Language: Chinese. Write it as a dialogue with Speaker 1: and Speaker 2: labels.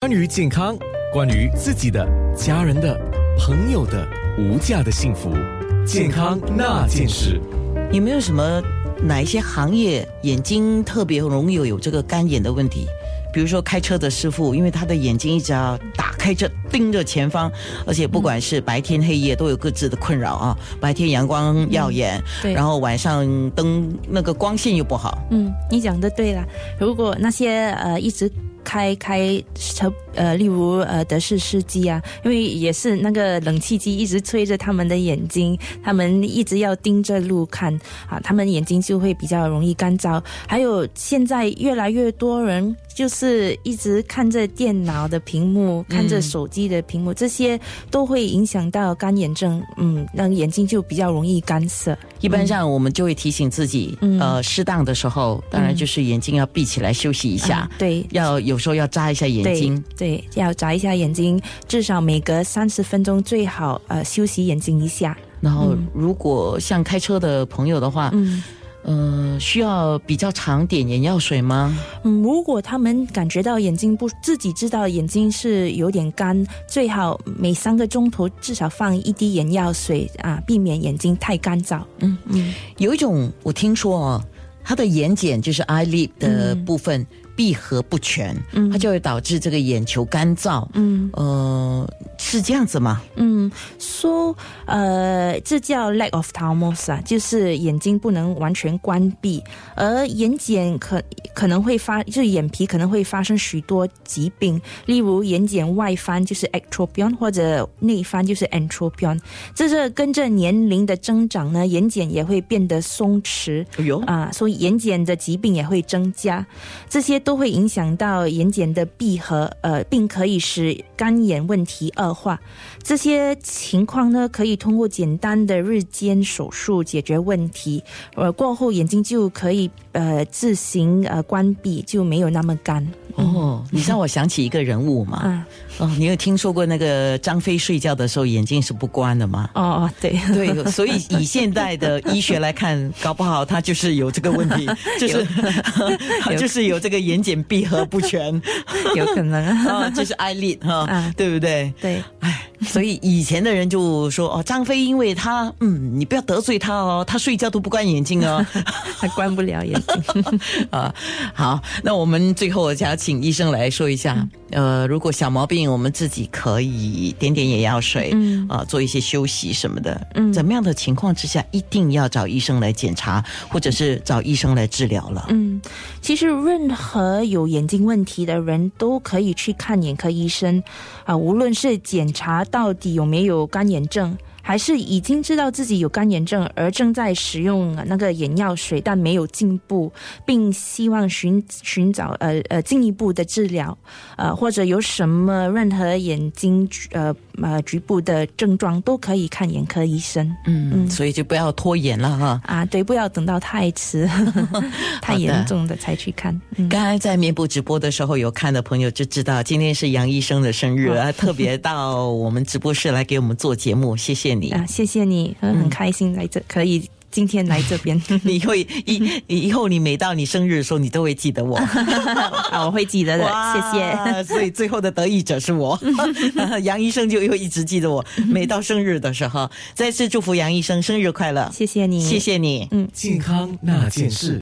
Speaker 1: 关于健康，关于自己的、家人的、朋友的无价的幸福，健康那件事。
Speaker 2: 有没有什么哪一些行业眼睛特别容易有这个干眼的问题？比如说开车的师傅，因为他的眼睛一直要打开着盯着前方，而且不管是白天黑夜都有各自的困扰啊。白天阳光耀眼，
Speaker 3: 嗯对
Speaker 2: 然后晚上灯那个光线又不好，
Speaker 3: 嗯，你讲的对了。如果那些呃一直开开车呃，例如呃德式司机啊，因为也是那个冷气机一直吹着他们的眼睛，他们一直要盯着路看啊，他们眼睛就会比较容易干燥。还有现在越来越多人就是一直看着电脑的屏幕，看着手机的屏幕，这些都会影响到干眼症，嗯，让眼睛就比较容易干涩。
Speaker 2: 一般上我们就会提醒自己，
Speaker 3: 嗯
Speaker 2: 呃，适当的时候，当然就是眼睛要闭起来休息一下
Speaker 3: 啊，对，
Speaker 2: 要有时候要眨一下眼睛。
Speaker 3: 对，对，要眨一下眼睛，至少每隔三十分钟最好呃休息眼睛一下。
Speaker 2: 然后如果像开车的朋友的话，
Speaker 3: 嗯
Speaker 2: 嗯、呃，需要比较长点眼药水吗？
Speaker 3: 嗯，如果他们感觉到眼睛不自己知道眼睛是有点干，最好每三个钟头至少放一滴眼药水啊，避免眼睛太干燥。
Speaker 2: 有一种我听说哦，它的眼睑就是 eyelid 的部分、闭合不全，它就会导致这个眼球干燥。
Speaker 3: 嗯
Speaker 2: 呃，是这样子吗？
Speaker 3: 嗯，说、呃，这叫 lack of thalamus 啊，就是眼睛不能完全关闭，而眼睑可可能会发，就是眼皮可能会发生许多疾病，例如眼睑外翻就是 ectropion 或者内翻就是 entropion，这是跟着年龄的增长呢，眼睑也会变得松弛，
Speaker 2: 哎呦，
Speaker 3: 啊，所以眼睑的疾病也会增加，这些都会影响到眼睑的闭合，呃，并可以使干眼问题恶化。这些情况呢，可以通过简单的日间手术解决问题，呃，过后眼睛就可以呃自行呃关闭，就没有那么干。
Speaker 2: 哦，你让我想起一个人物嘛。
Speaker 3: 啊，
Speaker 2: 哦，你有听说过那个张飞睡觉的时候眼睛是不关的吗？
Speaker 3: 哦哦， 对，
Speaker 2: 对， 所以以现代的医学来看，搞不好他就是有这个问 题，就是 就是有这个眼睑闭合不全
Speaker 3: 有可能啊，
Speaker 2: 啊，就是 eyelid 哈、
Speaker 3: 啊
Speaker 2: 对不对？
Speaker 3: 对。
Speaker 2: 哎，所以以前的人就说哦，张飞因为他，嗯，你不要得罪他哦，他睡觉都不关眼睛 哦。
Speaker 3: 他关不了眼睛。
Speaker 2: 啊，好，那我们最后想请医生来说一下，
Speaker 3: 嗯
Speaker 2: 呃，如果小毛病我们自己可以点点眼药水，
Speaker 3: 嗯
Speaker 2: 啊、做一些休息什么的，
Speaker 3: 嗯
Speaker 2: 怎么样的情况之下一定要找医生来检查，或者是找医生来治疗了。
Speaker 3: 嗯，其实任何有眼睛问题的人都可以去看眼科医生啊、无论是检查到底有没有干眼症。还是已经知道自己有干眼症，而正在使用呃那个眼药水，但没有进步，并希望寻寻找呃呃进一步的治疗，呃或者有什么任何眼睛呃呃局部的症状都可以看眼科医生
Speaker 2: 嗯，
Speaker 3: 嗯
Speaker 2: 所以就不要拖延了哈。
Speaker 3: 啊，对，不要等到太迟、 太严重的才去看。嗯
Speaker 2: 刚才在面部直播的时候有看的朋友就知道，今天是杨医生的生日，
Speaker 3: 哦
Speaker 2: 啊、特别到我们直播室来给我们做节目，谢谢你。
Speaker 3: 啊，谢谢你，呃很开心来这，可以今天来这 边，
Speaker 2: 你会以以后你每到你生日的时候，你都会记得 我。
Speaker 3: 啊，我会记得的，谢谢。
Speaker 2: 谢。 所以最后的得益者是我， 杨医生就又一直记得我。每到生日的时候，再次祝福杨医生生日快乐，
Speaker 3: 谢谢你，
Speaker 2: 谢谢你。
Speaker 1: 健康那件事。